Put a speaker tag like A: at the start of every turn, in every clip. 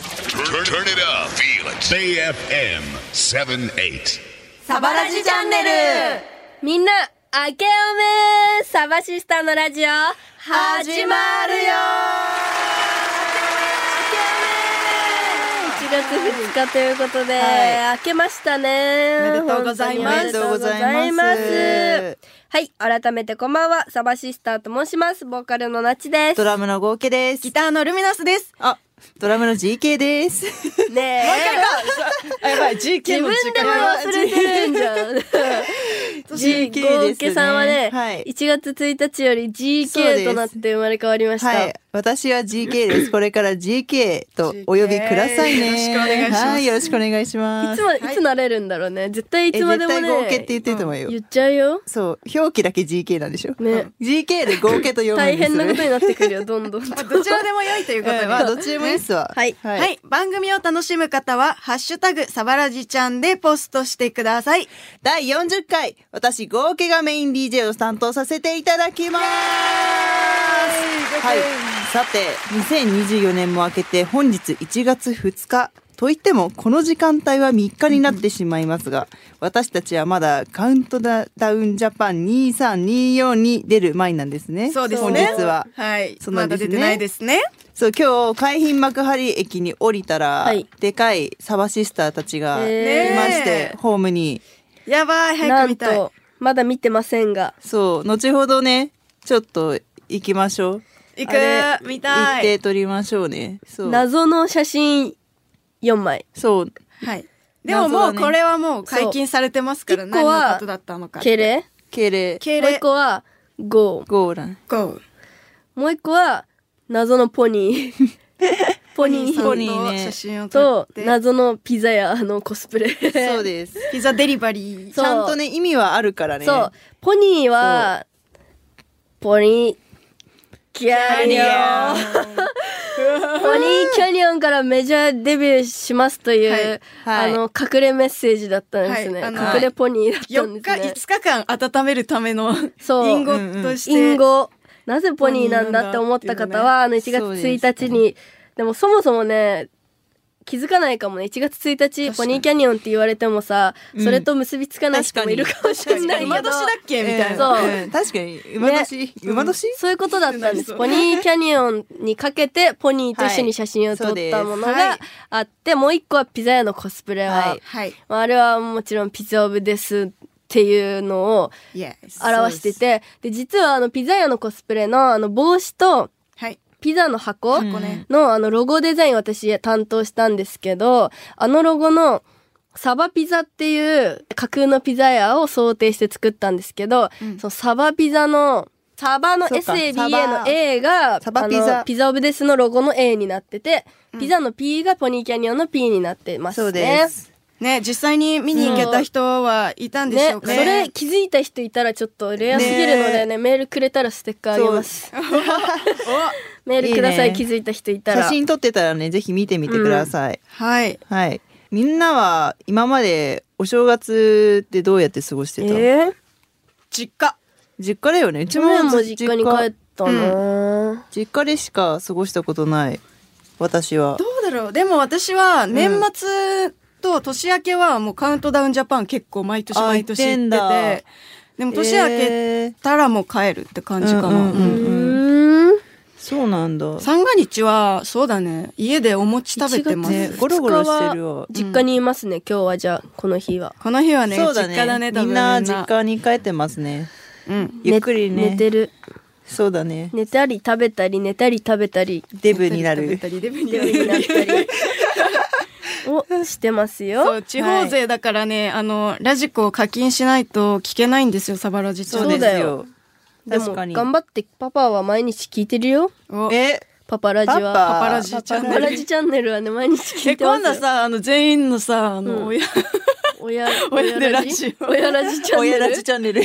A: Turn, turn it up. Feel it. AFM 78.
B: サバラジチャンネル
C: みんな、明けおめサバシスタのラジオ、
B: 始まるよ
C: 1月2日ということで、
B: は
C: 明けましたね。
B: おめでとうございま
C: 本当に
B: す
C: おめでとうございます。はい、改めてこんばんは、サバシスターと申します。ボーカルのなっちです。
D: ドラムの合計です。
B: ギターのルミナスです。
D: あ、ドラムの GK です。
C: ねえ、
D: あやばい、
C: 自
D: GK
C: 分でも忘れてるんじゃ ん。
D: GK ですね
C: 合計さんはね、
D: はい
C: 1月1日より
D: そうで
C: GK
D: す
C: となって生まれ変わりました。
D: はい、私は GK です。これから GK とお呼びくださいね。
B: よろしくお願いします
D: はい、よろしくお願いしま
C: い
D: す。
C: つまで、い、つなれるんだろうね。絶対い
D: え
C: つまで
D: 絶
C: もね。
D: 対合計って言ってると思うよ。
C: 言っちゃうよ。
D: そう、表記だけ GK なんでしょ。
C: ね
D: GK で合計と呼ぶんです
C: 大変なことになってくるよ、どんどんと。
B: どちらでも良いということ
D: え
B: で。
D: ーまあどっちでもいいっすわ。
C: はい
B: はい、番組を楽しむ方は、ハッシュタグ、サバラジちゃんでポストしてください。
D: 第40回、私合計がメイン DJ を担当させていただきます。はい。さて、2024年も明けて本日1月2日。といっても、この時間帯は3日になってしまいますが、私たちはまだカウントダウンジャパン2324に出る前なんですね。
B: そうですね。
D: 本日は。
B: はい。
D: そうな
B: ま
D: んで
B: だ
D: すね
B: 出てないですね。
D: そう、今日、海浜幕張駅に降りたら、
C: はい
D: でかいサバシスターたちがい
C: えー
D: まして、ホームに。
B: やばい、
C: な
B: 早く
C: ん
B: 見たい。
C: と、まだ見てませんが。
D: そう、後ほどね、ちょっと行きましょう。
B: 行
C: あ
B: く、見た
D: 行って
B: い。
D: 撮りましょうね。そう。
C: 謎の写真4枚。
D: そう。
B: はい。でもも
D: 謎
B: う
D: だね
B: これはもう解禁されてますから、
C: そう
B: 何
C: 一個は
B: のことだったのか。
C: 敬礼。
D: 敬礼。
B: 敬
C: もう一
B: 礼。
C: 個は、ゴー。
D: ゴーラン。
B: ゴー。
C: もう一個は、謎のポ ニー。ポニー
B: さんと
D: ポニーね
B: 写真を撮っ
C: と、
B: て。
C: 謎のピザ屋のコスプレ。
D: そうです。
B: ピザデリバリー。
D: ち
C: そう
D: ゃんとね、意味はあるからね。
C: そう。ポニーは、ポニー、キャニオン。ポニーキャニオンからメジャーデビューしますという、
B: はい
D: はい
C: あの、隠れメッセージだったんですね。
B: はいあの
C: 隠れポニーだったんで
B: 4
C: すね
B: 日、。5日間温めるための
C: そう
B: インゴとして。
C: インゴ。なぜポニーなんだって思った方は、あの、1月
D: そうです
C: 1日に、でもそもそもね、気づかないかもね。1月1日、
B: 確か
C: ポ
B: に
C: ニーキャニオンって言われてもさ、
D: うん
C: それと結びつかない人もいるかもしれないけど。
B: 馬年だっけみたいな。
C: そう
D: うん確かに、馬年、馬年、
C: そういうことだったんで
B: そ
C: す。
B: う
C: ポニーキャニオンにかけて、ポニーと一緒に写真を撮ったもの
B: はいそう
C: が
B: で
C: あって、もう一個はピザ屋のコスプレは、
D: はい
B: はい。
C: まあ、あれはもちろんピザオブですっていうのを
B: Yes
C: 表してて、で、実はあのピザ屋のコスプレのあの帽子と
B: はい。
C: ピザの箱
B: こね。
C: のあのロゴデザイン私担当したんですけど、あのロゴのサバピザっていう架空のピザ屋を想定して作ったんですけど、
B: うん
C: そのサバピザのサバの
D: そうか
C: SABA
D: サ
C: の
D: バ
C: A が
D: サバピザ
C: あのピザオブデスのロゴの A になってて、
B: うん
C: ピザの P がポニーキャニオンの P になってますね。
D: そうです。
B: ね、実際に見に行けた人はいたんで
C: ね
B: しょ
C: そ
B: うか
C: れ気づいた人いたらちょっとレアすぎるのでねメールくれたらステッカーあげます。 メールください
D: いいね
C: 気づいた人いたら。
D: 写真撮ってたらね、ぜひ見てみてください。
B: はい。
D: はい。みんなは、今まで、お正月ってどうやって過ごしてた、
C: えー
B: 実家。
D: 実家だよね。うち
C: 去
D: も
C: 年も実家に帰っ
D: 実家
C: たな、
D: 実家でしか過ごしたことない。私は
B: ど。うだろうでも私は年末と年明けはもうカウントダウンジャパン結構毎年毎年
D: あ行って
B: 行
D: ん
B: って
D: だ
B: て。でも年明け
D: えー
B: たらもう帰るって感じかな。
D: うんうん
C: う
D: う
B: うん
C: ん
D: そうなんだ。
B: 三が日は、そうだね。家でお餅食べてま
D: ね
B: す。
D: ゴロゴロしてるわ。
C: 実家にいますね、今日はじゃあこの日は
B: この日はね、
D: そう
B: 実家だね、多分
D: みんな実家に帰ってますね。
B: うん。
D: ゆっくり
C: 寝
D: ね。
C: てる
D: そうだね。
C: 寝たり食べたり寝たり食べたり
D: デブになる。
B: 食べたりデブにな
C: 夜になっ
B: る。
C: た りをしてますよ
B: そう、地方勢だからね、あの、ラジコを課金しないと聞けないんですよ、サバラジちゃん
C: そうだよ。でも
D: 確かに。
C: 頑張ってパパは毎日聞いてるよ
B: お
D: え、
C: パパラジは
D: パパ
B: パパラジチャンネ
C: パパ
B: ル
C: ラジチャンネルはね毎日聞
B: え、
C: いてま
B: 今
C: す
B: 度
C: よ
B: さ、あの、全員のさ、あ
C: うん
B: の、親、
C: 親
B: 親で
C: 親ラ
B: ラ
C: ジ
B: ジオ
C: 親ラジチャンネ
D: 親
C: ル
D: ラジチャン ネル。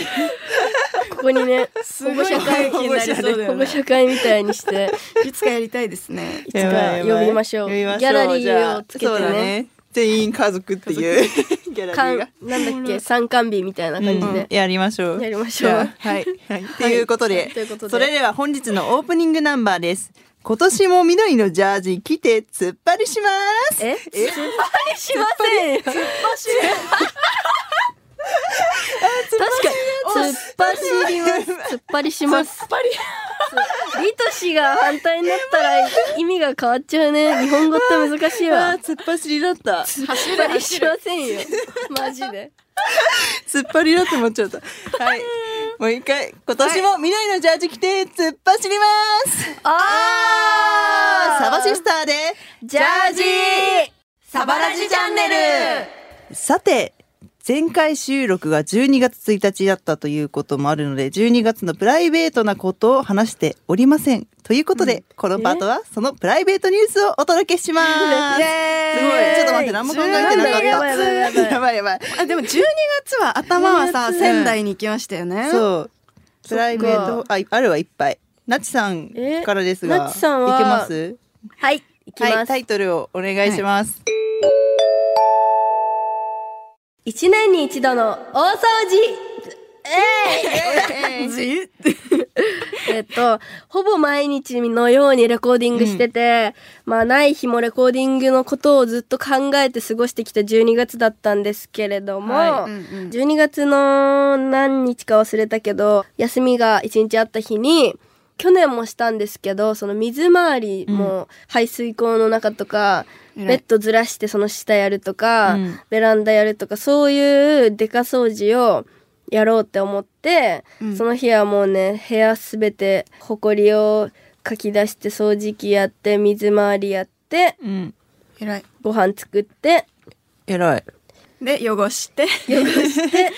C: ここにね
B: す
C: 保
B: ご
C: 護
B: い
C: 者会
B: 会議になりそうだ
C: 保
B: よ
C: 護
B: ね。
C: 者会みたいにして
B: いつかやりたいですね。
C: いつか呼びましょう
D: 呼びましょう
C: ギャラリ
D: じゃ
C: ー
D: あ
C: をつけ
D: そ
C: て
D: うだ
C: ね。
D: 全員家族っていう ギャラリ
C: か
D: ー
C: ん
D: が。
C: なんだっけ参観日みたいな感
D: う
C: じ
D: ん
C: で、
D: やりましょう。
C: やりまし ょう
D: じゃあはい。はいということで
C: ということで、
D: それでは本日のオープニングナンバーです。今年も緑のジャージ着て突っ張りします。
C: え突っ張りしませんよ。突っ走り。確かに、突っ走ります。突っ張りします。突っ張り。リトシが反対になったら意味が変わっちゃうね。日本語って難しいわ。
D: 突っ走りだった。
C: 突っ張りしませんよ。マジで。
D: 突っ張りだって思っちゃった。はい。もう一回、今年も緑のジャージ着て突っ走ります。
C: あ
D: サバシスターで。
C: ジャージサバラジチャンネル
D: さて、前回収録が12月1日だったということもあるので、12月のプライベートなことを話しておりません。ということで、このパートはそのプライベートニュースをお届けします。すごい。ちょっと待って、何も考えてなかった。
C: やばいやばいやばいやばい
D: やばいやばい。
B: あでも12月は頭はさ
C: 12月
B: 仙台に行きましたよね。
D: そう。プライベート、あ、あるわ、いっぱい。なちさん
C: え
D: からですが。
C: なちさんは
D: け
C: い
D: ます
C: はい、いき
D: は
C: ま
D: い、
C: す
D: タ。イトルをお願いします。
C: 一年に一度の大掃除
D: えー
C: えっと、ほぼ毎日のようにレコーディングしてて、まあない日もレコーディングのことをずっと考えて過ごしてきた12月だったんですけれども、
D: は
B: うんうん
C: 12月の何日か忘れたけど、休みが1日あった日に、去年もしたんですけど、その水回りも排水溝の中とか、
B: 偉い
C: ベッドずらしてその下やるとか、
D: うん
C: ベランダやるとか、そういうデカ掃除をやろうって思って、
B: うん
C: その日はもうね、部屋すべて埃をかき出して掃除機やって、水回りやって、
D: うん。
B: 偉い。
C: ご飯作 って、
D: えらい。
B: で汚して
C: 汚して、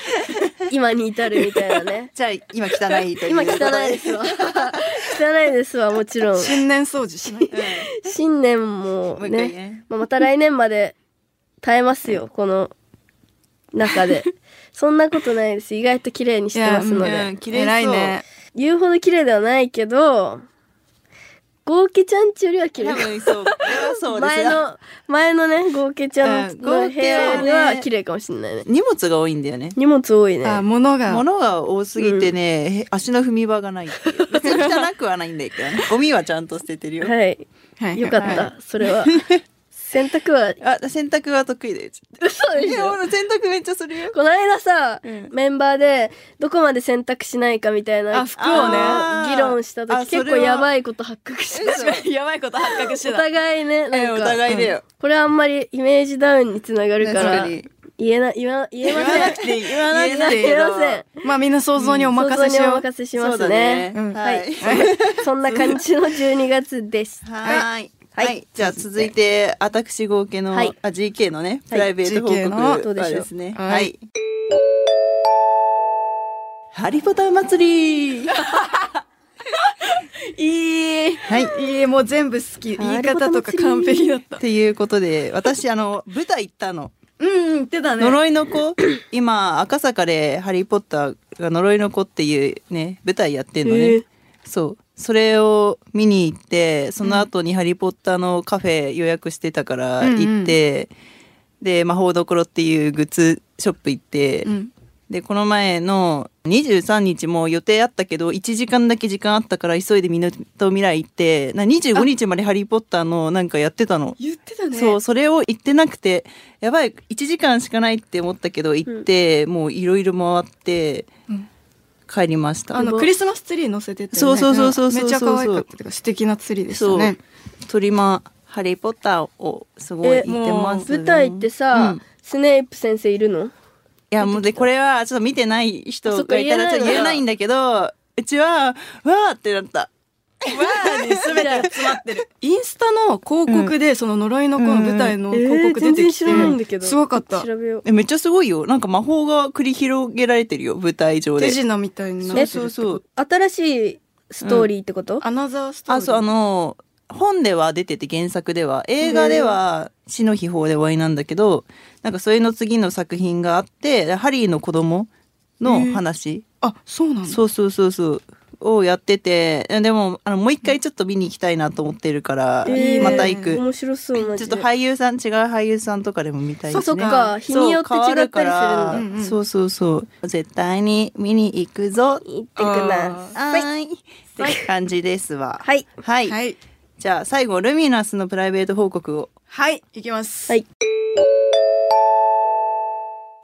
C: 今に至るみたいなね。
D: じゃあ、今汚いという
C: 今
D: ことで。
C: 汚いですわ汚いですわも ちろん
B: 新年掃除しない。
C: 新年も
D: もう
C: ね
D: 一回ね
C: まあまた来年まで耐えますよこの中で そんなことないです意外と綺麗にしてますの
B: い
D: や
C: で
D: うん綺麗そう
B: 偉いね。
C: 言うほど綺麗ではないけど豪華ちゃんちよりは綺
D: 多
C: 麗
D: 分そう。これは そうです
C: 前の前のね豪華ちゃん
D: う
C: の
D: ん
C: 部屋より
D: 豪華は
C: は
D: ね
C: 綺麗かもしれないね
D: 荷物が多いんだよね。
C: 荷物多いね
B: あ物が
D: 物が多すぎてね、へ足の踏み場がないっていう。 別に汚くはないんだけどね。ゴミはちゃんと捨ててる よ。
C: はい
B: はい
C: よかっ
B: はい
C: たそ れは洗濯は
D: あ、洗濯は得意だよ。
C: 嘘で
D: い
C: し
D: や、
C: ょ
D: 俺洗濯めっちゃするよ。
C: この間さ、
D: うん
C: メンバーでどこまで選択しないかみたいな
B: あ服をね
C: あの議論した
D: あ
C: 時
D: それは
C: 結構やばいこと発覚し
D: 嘘
C: た
B: 確か にやばいこと発覚して
C: お
B: た。
C: 互い
D: え
C: ねな
D: お
C: んか
D: 互いだよ。
C: これあんまりイメージダウンにつながるか
D: 確からに
C: 言えな言わ言えま
D: 言わ
C: せ
D: なんくていい。言わなくていい。
C: 言えません
B: まあみんな想像にお任
C: 想
B: せ
C: 像
B: し
C: にお
B: よう。
C: 任せし
D: そ
C: ま
D: うだ
C: すね
D: ね。
B: うん
D: はい。
C: そんな感じの12月です
D: はい。
C: はい
D: はい。じゃあ続いて、私合計の、あ
C: はい
D: GK のね、プライベート
B: GK の
D: 報
C: ど
D: 告
C: うでしょう
D: ですね。
B: はい
D: はい。ハリポタ祭り
B: いい。
D: はい。
B: いいえもう全部好き。
C: あー
B: 言い方とか完璧だった
D: っ。ていうことで、私、あの、舞台行ったの。
B: うんうん言ってたね。
D: 呪いの子 今赤坂で「ハリー・ポッター」が「呪いの子」っていうね舞台やってんのね、
C: へえ
D: そうそれを見に行ってその後に「ハリー・ポッター」のカフェ予約してたから行って、で魔法どころっていうグッズショップ行って、
B: うん。
D: でこの前の23日も予定あったけど1時間だけ時間あったから急いでみなとみらい行ってな25日まで「ハリー・ポッター」のなんかやってたの。
B: 言ってたね。
D: そうそれを行ってなくてやばい1時間しかないって思ったけど行って、もういろいろ回って
B: うん
D: 帰りました、
B: あのクリスマスツリー乗せてて、ね、
D: そうそうそうそうそう
B: めっちゃ可愛かったとか素敵なツリーでし
D: そ
B: た
D: う、
B: ね。
D: 鳥間ハリー・ポッターをすごい
C: え
D: 行ってます
C: 舞台ってさ、
D: うんい
C: スネイプ先生いるの
D: やもうでこれはちょっと見てない人がいたらち
C: そっ
D: ょっと
C: か言えない
D: 言えないんだけどうちはわーってなった
B: 全てが詰まってる。インスタの広告で、その呪いの子の舞台 の
C: え
B: 広
C: ー
B: 告出
C: 全
B: て
C: 然
B: きて、
C: 知らないんだけど
B: すごかった。
C: 調べよう
D: えめっちゃすごいよなんか魔法が繰り広げられてるよ舞台上で
B: 手品みたいになって
D: そ
B: る
D: う
B: って
D: そ
B: こ
D: う
B: と
D: そう
C: 新しいストーリーってこと、
B: アナザーストーリー。
D: あそうあの本では出てて原作では映画では「死の秘宝」で終わりなんだけどなんかそれの次の作品があってでハリーの子供の話、
B: あ、そうなんだ。
D: そうそうそうそうをやっててえでもあのもう一回ちょっと見に行きたいなと思ってるから、
C: えー
D: また行く。
C: 面白そうマ
D: ちょ
C: ジ
D: っ
C: で
D: と俳優さん違う俳優さんとかでも見たいし、ね、
C: あそっか日によって違ったりするんだ
D: そう変わるから
B: うんうん
D: そうそうそう絶対に見に行くぞ
C: 行ってくな
B: あ
D: はーいって感じですわ
C: はい
D: はい、
B: はい。
D: じゃあ最後ルミナスのプライベート報告を
B: はい、いきます。
C: はい。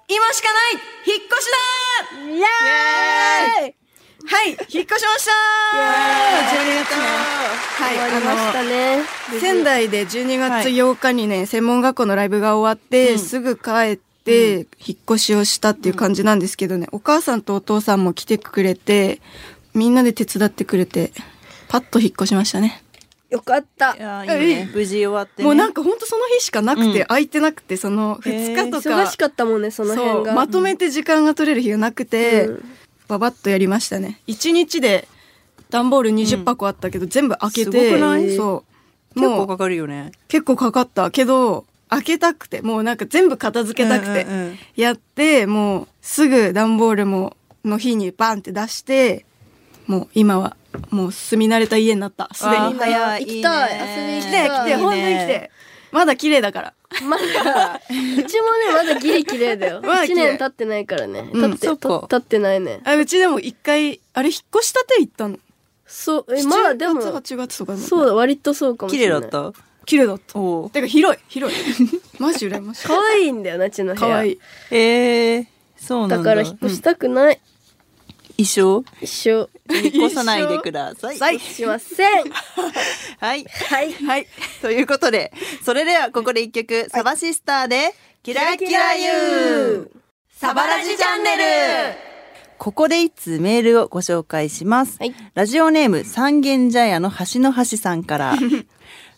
B: 今しかない引っ越しだ
C: イエーイ
B: はい、引っ越しまし
D: 12
B: た
D: 月
B: は
C: 終わ
B: い、
C: りまし
B: あ
C: たね。
B: の、仙台で12月8日にね、専門学校のライブが終わって、すぐ帰って、引っ越しをしたっていう感じなんですけどね、お母さんとお父さんも来てくれて、みんなで手伝ってくれて、パッと引っ越しましたね。
C: よかった。
D: いやいいね無事終わって、ね、
B: もうなんかほんとその日しかなくて、
D: うん
B: 空いてなくて、その2日とか、
C: 忙しかったもんね、その辺
B: そう
C: が。
B: まとめて時間が取れる日がなくて、
C: うん
B: ババッとやりましたね1日で段ボール20箱あったけど、全部開けて
D: すごくない
B: そう
D: 結構
B: もう
D: かかるよね
B: 結構かかったけど開けたくてもうなんか全部片付けたくて、
D: うんうんうん
B: やってもうすぐ段ボールもの日にバンって出してもう今はもう住み慣れた家になったすで
D: あ
B: に
D: ー
B: 来
C: 早
D: い
C: い行
D: い
C: き
D: ね
C: たい遊びに行
B: て
C: き
B: 来て
C: たい
D: いいね
B: 本当に来てまだ綺麗だから
C: まだ、うちもね、まだギリ綺麗だよ。
B: まだ綺
C: 1
B: 麗
C: 年経ってないからね。
B: うん
C: 経って、
D: そ
C: た
D: っか
C: 経ってないね。
B: あうちでも一回あれ引っ越したて行ったの
C: そう、え、
B: 7
C: まあでも、
B: 月8月とかだもんね
C: そうだ、割とそうかもし
D: 綺
C: れ
D: 麗
C: な
D: だ
C: い。
D: った
B: 綺麗だった
D: おう
B: てか広い広い マジ羨ましい
C: 可愛いんだよな、うちの部
B: か
C: 屋。
B: わいい
D: えー、そうな
C: だ
D: んだ
C: から引っ越したくない。
D: 衣装
C: 一生、
D: 引っ越さないでください
B: さい
C: しません。
D: はい
C: はい。
B: はい
D: ということでそれではここで一曲サバシスターで「キラキラユー」
C: サバラジチャンネル
D: ここで一通メールをご紹介します。
C: はい
D: ラジオネーム三軒茶屋の橋の橋さん から。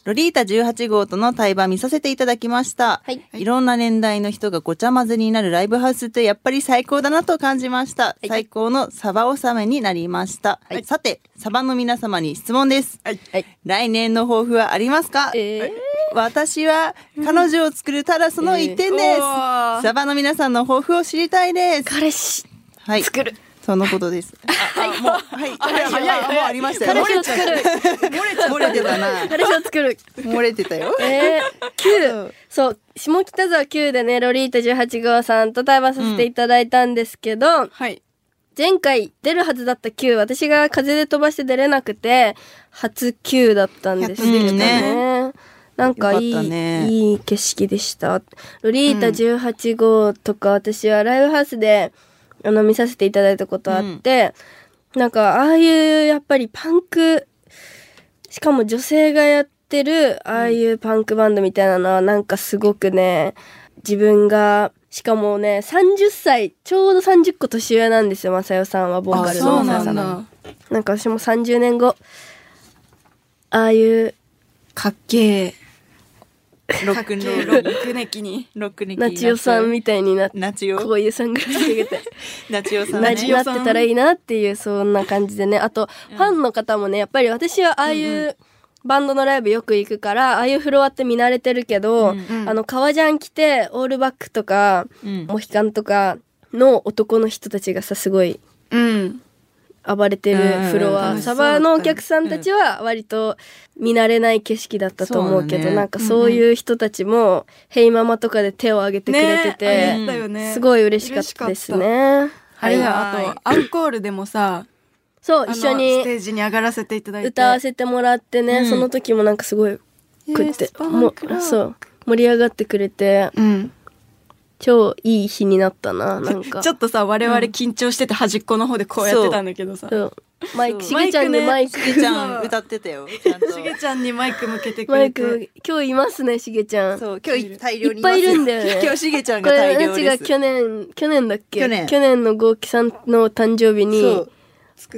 D: ロリータ18号との対話見させていただきました。
C: はい
D: ろんな年代の人がごちゃ混ぜになるライブハウスってやっぱり最高だなと感じました。
C: い
D: 最高のサバ納めになりました。さて、サバの皆様に質問です。
B: はい
C: はい
D: 来年の抱負はありますか、
C: え
D: 私は彼女を作るただその一点です。
B: えーおー
D: サバの皆さんの抱負を知りたいです
C: ー、。彼氏。
D: はい。
C: 作る。
D: そのこと です。はい。もう、はい。
B: 早い早い
D: もうありましたよ。
C: 彼氏を作る。
D: 漏れてたな。
C: 彼氏を作る。
D: 漏れてたよ。
C: えー、9そう下北沢9でねロリータ18号さんと対話させていただいたんですけど、
B: はい
C: 前回出るはずだった9私が風で飛ばして出れなくて初9だったんですけ
D: やっ
C: ど
D: た
C: ねなんかい
D: よかっ
C: い
D: たね
C: いい景色でしたロリータ18号とか私はライブハウスであの見させていただいたことあって、なんかああいうやっぱりパンクしかも女性がやってるああいうパンクバンドみたいなのはなんかすごくね自分がしかもね30歳ちょうど30個年上なんですよ正代さんはボーカル
D: あそ
C: の
D: う
C: 正代
D: な
C: さ
D: ん
C: ん
D: だ
C: のなんか私も30年後ああいう
B: かっけえ
D: ロックン ロール
B: ロ
D: に。
B: ックネキに
D: ロックに。
C: ナチオさんみたいになって
D: ナチオ
C: こういうサングラスかけて
D: ナチオさん
C: な
D: ね。
C: なってたらいいなっていうそんな感じでねあとファンの方もねやっぱり私はああいうバンドのライブよく行くからああいうフロアって見慣れてるけど、
B: ん
C: あの革ジャン着てオールバックとか、
D: うん
C: モヒカンとかの男の人たちがさすごい
B: うん
C: 暴れてるフロ
D: う
C: ア
D: ん
C: サバのお客さんたちは割と見慣れない景色だったと思うけ
D: そ
C: ど
D: うだね
C: なんかそういう人たちも「ヘイママ」とかで手を挙げてくれてて、
B: ねあれだよね
C: すごい嬉しかったですね。
B: あれだよ
D: はい
B: あとアンコールでもさ
C: そう
B: あの
C: 一緒
B: ステ
C: に
B: ージに上がらせていただいて
C: 歌わせてもらってね、その時もなんかすごいくって、
B: Yes,
C: も
B: Barbara
C: そう盛り上がってくれて
B: うん
C: 超いい日になったななんか
B: ちょっとさ我々緊張してて端っこの方でこうやってたんだけどさ
C: そうマイクしげちゃんにマ
B: マ
C: イ
B: イ
C: ク
B: ク
D: しげちゃん歌ってた よ。ちゃんと
B: しげちゃんにマイク向けてく
C: マ
B: れ
C: イ
B: て
C: ク今日いますねしげちゃん
D: そう、今日大量
C: い
D: に
C: っぱいいるんだ
D: よ。
C: よね
D: 今日しげちゃん
C: こ
D: が大
C: れう
D: 量
C: ち
D: で
C: が
D: す。
C: 去年去年だっけ
D: 去年
C: の豪輝さんの誕生日に
D: そう、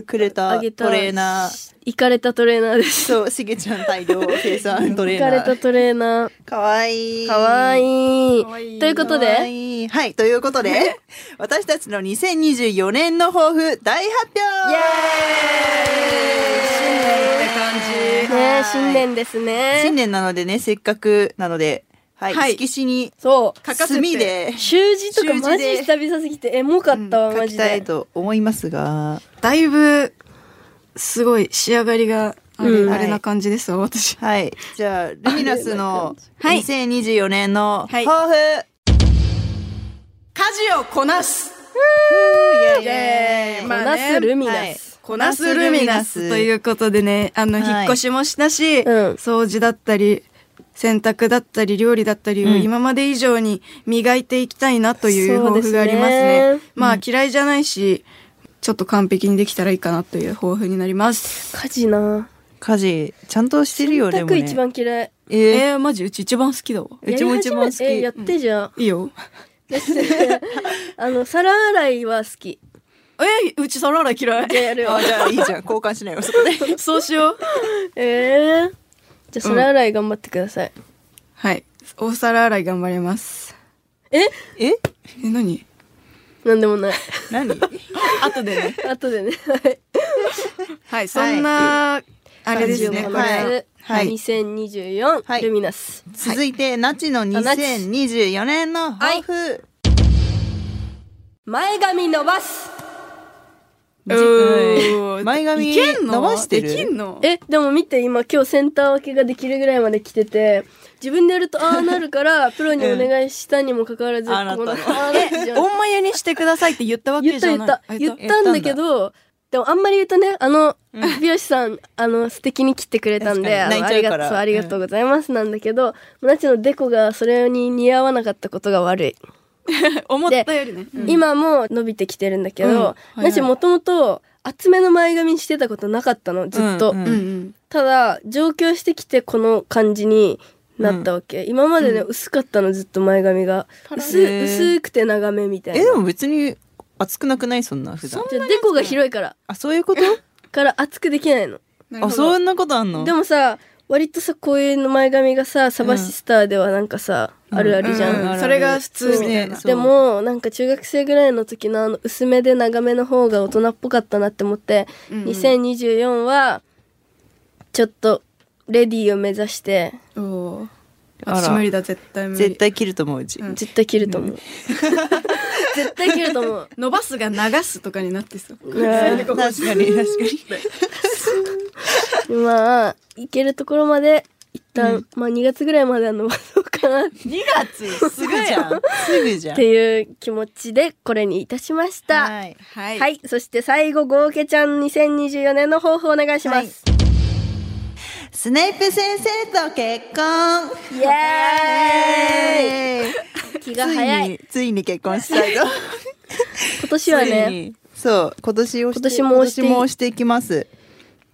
D: くれた
C: あ
D: ト
C: げた
D: レーナー。
C: 行かれたトレーナーです
D: そう、しげちゃん大量生産トレ
C: 行
D: ー
C: かれ
D: ナ
C: た
D: ー。
C: トレーナー
D: かわいい。
C: かわいい
B: かわいい
C: ということ
D: かわ
C: で
D: いいはい、ということで、私たちの2024年の抱負大発表
B: イエーイ新年って感
C: ね新年ですね
D: 新年なのでね、せっかくなので、はい、
B: はい
D: 色紙に
C: そう
B: かかせ
D: 墨
B: て
D: で
C: 習字とか
D: 習字で
C: マジ久々すぎてエモかったわ
D: 書
C: マ
D: き
C: ジ
D: たい
C: で
D: と思いますが、
B: だいぶすごい仕上がりがあれ,、
C: うん
B: あれな感じですわ私
D: はい、じゃあ、ルミナスの
B: はい
D: 2024年の
B: は
D: 抱
B: い
D: 負、
B: 家事をこなす
D: イエーイ
C: こなすルミナス
B: こなすルミナスということでね、あの、
D: はい
B: 引っ越しもしたし、
C: うん
B: 掃除だったり、洗濯だったり、料理だったりを
D: うん
B: 今まで以上に磨いていきたいなという
C: そう
B: 抱
C: ですね
B: 負がありますね。まあ、嫌いじゃないし、ちょっと完璧にできたらいいかなという抱負になります。
C: 家事な
D: 家事ちゃんとしてるよで
C: 全
D: も
C: く
D: ね
C: 一番嫌い
D: え
B: え
D: ー
B: ー、マジうち一番好きだわ。
D: うちも一番好き
C: やり始めえやってじゃん
B: いいよ。
C: ですねあの皿洗いは好き
B: えー、うち皿洗い嫌い。
C: じゃあやるよ
D: あじゃあいいじゃん交換しないよそこで
B: そうしよう。
C: えー、じゃあ皿洗い頑張ってください、
B: はい。お皿洗い頑張ります。
C: え
D: え
B: え、何
C: なんで もない
D: 何
B: 後でね。
C: 後でねはい
B: はい、そんな、あれですね。
C: 感じを
D: は
C: 学ぶ
D: いはい
C: 2024、
D: はい
C: ルミナス
D: 続いてナチの2024年の抱負、
C: 前髪伸ばす
B: うー
D: 前髪
B: いけんの
D: 伸ばしてる
B: できんの
C: えでも見て今今日センター分けができるぐらいまで来てて自分でやるとああなるからプロにお願いしたにもかかわらず、
D: ああなった
C: こうああなったじゃん
B: おんまやにしてくださいって言ったわ
C: 言
B: け
C: っ
B: じ
C: た
B: ゃ
C: 言っ
B: な
C: た言
B: いあ
C: ったんだけどでもあんまり言うとねあの美容師さんあの素敵に切ってくれたんであ
D: 確かに
C: のあ
D: 泣い
C: り
D: ちゃうか
C: が
D: ら
C: とうありがとうございますなんだけどナチのデコがそれに似合わなかったことが悪い
B: 思ったよりねうん
C: 今も伸びてきてるんだけ
B: うんは
C: ど
B: いはい
C: ナチもともと厚めの前髪にしてたことなかったのずっと
D: うんうん
B: うんうん
C: ただ上京してきてこの感じになったわけ、今までね、
B: う
C: 薄かったのずっと前髪が薄
D: へー
C: 薄くて長めみたい
D: えで
C: な
D: も別に熱くなくないそんな普段
C: じゃあデコが広いから
D: あそういうこと
C: から厚くできないの
B: なる
D: あ
B: ほど
D: そんなことあんの
C: でもさ割とさこういうの前髪がさサバシスターではなんかさ、
D: うん
C: あるあるじゃん、
B: う
D: あるあ
B: ん
D: る
B: それが普通みたいな
D: そう
C: でもなんか中学生ぐらいの時のあの薄めで長めの方が大人っぽかったなって思って、
B: うんうん
C: 2024はちょっとレディーを目指して
B: おー
D: あら
B: 私無理だ絶対無理
D: 絶対切ると思ううち、
B: ん
C: 絶対切ると思う、 絶対切ると思う
B: 伸ばすが流すとかになってそう
C: ね
D: 確かに確か
C: まあ行けるところまで一旦、まあ2月ぐらいまでは伸ばそうかなっ
D: に2月すぐじゃんすぐじゃん
C: ていう気持ちでこれにいたしましたは、
D: はいい
B: は
C: そして最後ゴーケちゃん2024年の抱負お願いします、
D: スネイプ先生と結婚
C: イエ
D: え
C: ーイ気
D: ー
C: が早い
D: ついについに結婚した いと
C: 今年は
D: つい
C: ね
D: にそう今年をして
C: 今年も押して
D: 今年も押していきます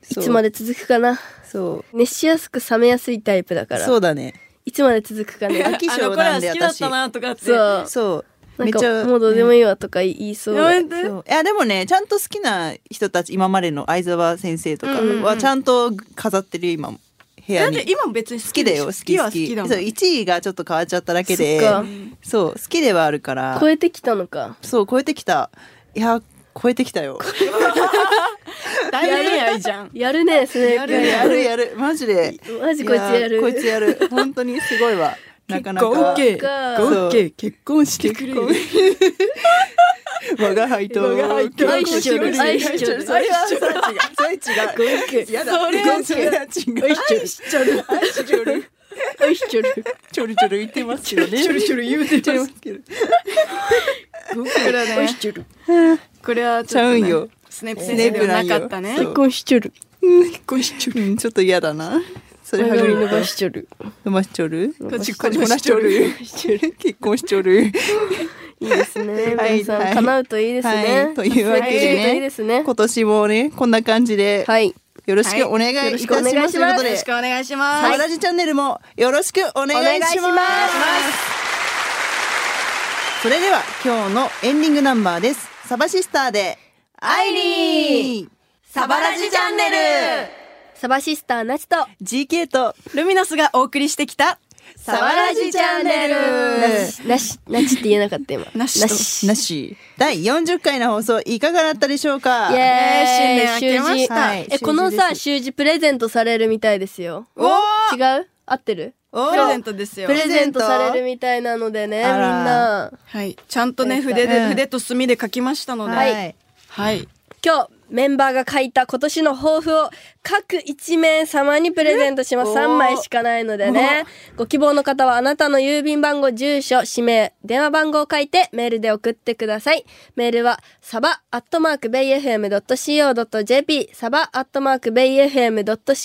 C: いつま
D: で
C: で続くかな
D: そう
C: 熱しやすく冷めやすいタイプだから
D: そうだね
C: いつまで続くか ね
D: 飽き性なんで
B: あの頃は好きだっ
D: 私
B: たなとかって
C: そう
D: そう
C: なん
D: めっちゃ
C: かもうどうでもいいわとか言いそう
B: やめて
D: そういやでもねちゃんと好きな人たち今までの相沢先生とかはちゃんと飾ってる今も部
B: だ
D: 屋
B: っ
D: に
B: て今別に好
D: 好きだよ好き
B: は
D: 好
B: 好
D: き
B: きだもん
D: そう1位がちょっと変わっちゃっただけで
C: そっか
D: そう好きではあるから
C: 超えてきたのか
D: そう超えてきたいや超えてきたよ
B: 大恋愛じゃん
C: やるねスネー
B: や
C: プ
B: るね
D: やるやるマジで
C: マジこいつやる
D: やこいつやる本当にすごいわなかな
B: 結婚
D: か
B: OK
C: そう
B: OK 結婚してくれる
D: 我が輩と
B: 我が輩と
C: 愛しちょる愛しちょる
D: それはそれは違うそれは違うやだ
B: それは違 う
D: それは違う
B: 愛しちゃる愛しちゃる
C: 愛しちょる
D: ちょるちょる言ってますよね
B: ちょるちょる言うてちゃう
D: けど
B: これはね
C: ちょる
B: これはち
D: ちゃ
B: ょっ
D: う
B: と
D: ん
B: ね
D: よ
B: スネープ先生ではなかったね
D: スネープないよ
C: 結婚しちょる
D: 結婚しちょるちょっと嫌だなそれ
C: 前
D: はぐ
C: 髪
D: り
C: 伸
D: と
C: ばしちょる
D: 伸ばしちょる
B: こっち
D: こなしちょる結婚しちょる
C: いいですね
D: はい
C: 皆さ
D: は
C: ん
D: い
C: 叶うといいです
D: は
C: ね
D: いというわけでね
C: 叶うといいですね
D: 今年もねこんな感じで
C: はい
D: よろしくお願いいたしますというこ
C: よろしくお願いします
D: と
B: よろ
D: で
B: しくお願いします、
D: サウダジチャンネルもよろしくお願いし
C: お願いし
D: ま
C: ます
D: すそれでは今日のエンディングナンバーですサバシスターでアイリー
C: サバラジチャンネルサバシスターなちと
D: GK と
B: ルミナスがお送りしてきた
D: サバラジチャンネル
C: なしなしなちって言えなかった今
B: なしと
D: なし第40回の放送いかがだったでしょうか
C: イエーイ
B: 新年明けまし
C: 習字
B: た
D: はい
C: えこの
D: 習字で
C: さ
D: す
C: 習字プレゼントされるみたいですよ
D: おー
C: 違う合ってる
D: お
B: プレゼントです
C: プ
B: よ
C: レゼン
D: プ
C: ト
D: レゼント
C: されるみたいなのでねみん
D: あら
C: な
B: はいちゃんとね筆で、
D: うん
B: 筆と墨で書きましたので
D: は
B: はい、
D: い
B: はい、
C: 今日メンバーが書いた今年の抱負を各1名様にプレゼントします
D: おー
C: 3枚しかないの でねご希望の方はあなたの郵便番号住所氏名電話番号を書いてメールで送ってくださいメールはサバアットマークベイ FM.co.jp サバアットマークベイ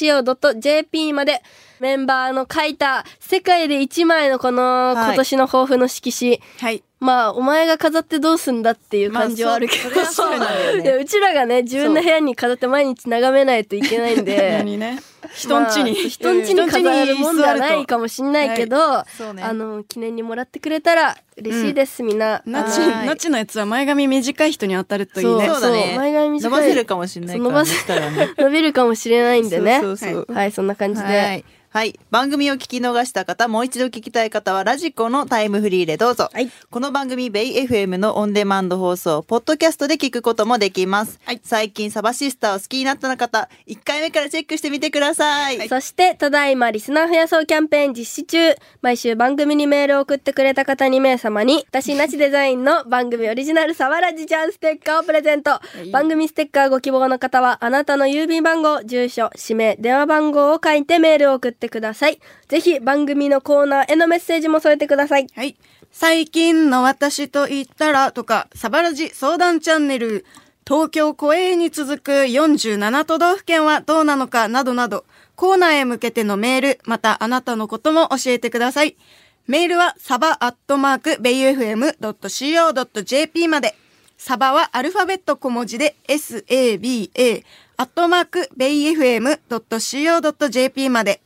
C: FM.co.jp までメンバーの書いた世界で1枚のこの
D: はい
C: 今年の抱負の色紙、
B: はい。
C: まあお前が飾ってどうすんだっていう感じはあるけど、
D: まあそうそれはそうなんだよね
C: いやうちらがね自分の部屋に飾って毎日眺めないといけないんで
B: 何ね。人んちに。
C: まあ人んちに飾るもんではないかもしんないけど、
D: そうね
C: あの記念にもらってくれたら嬉しいです、みんな。
B: なち、
C: はい
B: なちのやつは前髪短い人に当たるといいね。
C: そう
D: そうだね
C: 前髪短
D: 伸
C: い
D: ばせるかもしれないから
C: 伸ば
D: ね
C: せ
D: したらね
C: 伸びるかもしれないんでね
D: そうそうそう
C: はいそんな感じで、
D: はい、はい、番組を聞き逃した方もう一度聞きたい方はラジコのタイムフリーでどうぞ、
C: はい
D: この番組ベイ FM のオンデマンド放送ポッドキャストで聞くこともできます、最近サバシスターを好きになった方1回目からチェックしてみてください、
C: そして、ただいまリスナー増やそうキャンペーン実施中。毎週番組にメールを送ってくれた方2名様に、私なちデザインの番組オリジナルサワラジちゃんステッカーをプレゼント。番組ステッカーご希望の方は、あなたの郵便番号、住所、氏名、電話番号を書いてメールを送ってください。ぜひ、番組のコーナーへのメッセージも添えてください。
B: はい。最近の私と言ったらとか、サバラジ相談チャンネル、東京公営に続く47都道府県はどうなのかなどなど、コーナーへ向けてのメール、またあなたのことも教えてください。メールはサバアットマークベイ FM.co.jp まで。サバはアルファベット小文字で saba アットマークベイ FM.co.jp まで。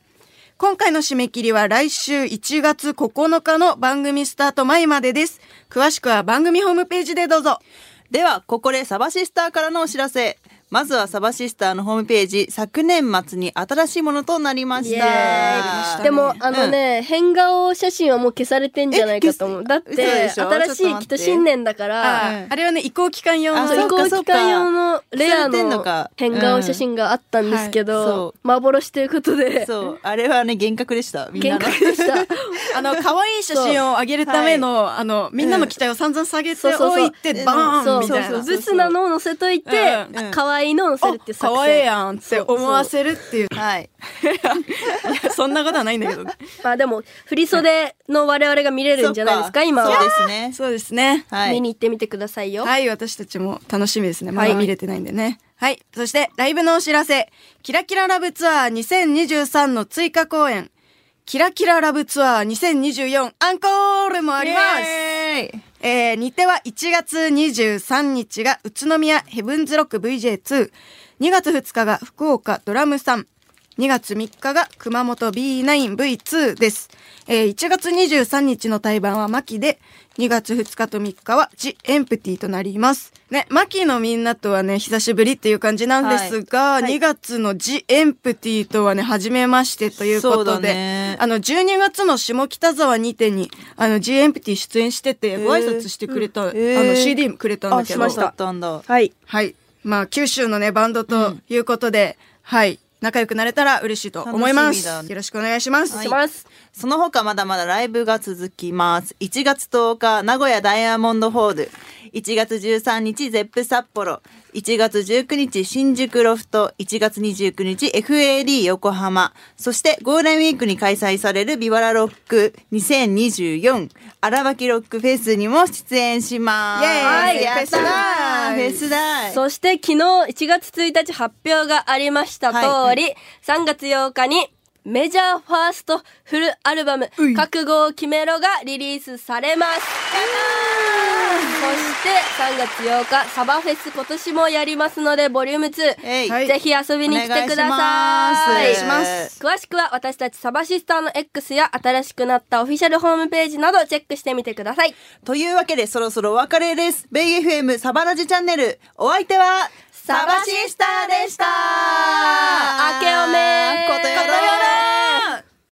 B: 今回の締め切りは来週1月9日の番組スタート前までです。詳しくは番組ホームページでどうぞ。
D: ではここでサバシスターからのお知らせまずはサバシスターのホームページ昨年末に新しいものとなりまし
C: イエ
D: た
C: ーイでもあの
D: うん
C: ね、変顔写真はもう消されてんじゃないかと思う
D: え
C: だっ
D: 嘘
C: て
D: でしょ
C: 新し
D: ちょっと待
C: い
D: って
C: きっと新年だから
B: ああれはね、移行期間用
D: あ
B: の
C: そう
D: そ
C: 移
D: うか
C: 行期間用のレア
D: されてんの
C: の
D: か
C: 変顔写真があったんですけ
D: うんはいそ
C: ど、幻ということで、
D: そうあれはね幻覚でしたみんな
C: 限
D: の
C: 界でした。
B: あの、可愛い写真を上げるための、あの、みんなの期待を散々下げておいて、
D: そうそうそう
B: バー
C: そう、
B: ンみたい
C: そう
B: な。
C: ブスなのを載せといて
B: う、
C: 可愛いのを載せるっていう作戦。
B: 可愛いやんって思わせる っていう。
D: はい
B: そんなことはないんだけどね。
C: まあでも、振り袖の我々が見れるんじゃないですか、
D: そっ
C: 今
D: そう
C: は。
D: ですね
B: そうですね。
D: はい
C: 見に行ってみてくださいよ。
B: はい、私たちも楽しみですね。ま
C: は
B: だ
C: い
B: 見れてないんでね。はい、そしてライブのお知らせ。キラキララブツアー2023の追加公演。キラキララブツアー2024アンコールもあります。
D: イエーイ
B: えー、日程は1月23日が宇都宮ヘブンズロック VJ2。2月2日が福岡ドラムさん。2月3日が熊本 B9V2 です。えー、1月23日の対バンはマキで、2月2日と3日はジ・エンプティとなります。ね、マキのみんなとはね、久しぶりっていう感じなんですが、
D: はいはい
B: 2月のジ・エンプティとはね、初めましてというこ
D: そう
B: と
D: だ
B: で、
D: ね
B: あの、12月の下北沢にてに、あの、ジ・エンプティ出演してて、ご挨拶してくれた、
D: えー
B: あの、CD くれたんだけど、
D: あそうだったんだ
C: はい。
B: はい。まあ、九州のね、バンドということで、はい。仲良くなれたら嬉しいと思いま
D: 楽しみ
B: す。
D: だ
B: よろしくお願いします。
D: はい
C: します。
D: その他まだまだライブが続きます。1月10日、名古屋ダイヤモンドホール。1月13日、ゼップ札幌。1月19日、新宿ロフト。1月29日、FAD 横浜。そして、ゴールデンウィークに開催されるビバラロック2024、荒脇ロックフェスにも出演します。
B: イエーイ
D: はいやったー
B: フ
D: フ
B: ェ
D: ェ
B: ス
D: スだ
C: そして昨日1月1日発表がありました通り、3月8日にメジャーファーストフルアルバム「覚悟を決めろ」がリリースされます。そして3月8日サバフェス今年もやりますのでボリューム2
D: えい
B: はい
C: ぜひ遊びに来てください
D: お願いします
C: 詳しくは私たちサバシスターの X や新しくなったオフィシャルホームページなどチェックしてみてください
D: というわけで、そろそろお別れです。ベイ FM サバラジチャンネル。お相手は、
C: サバシスターでした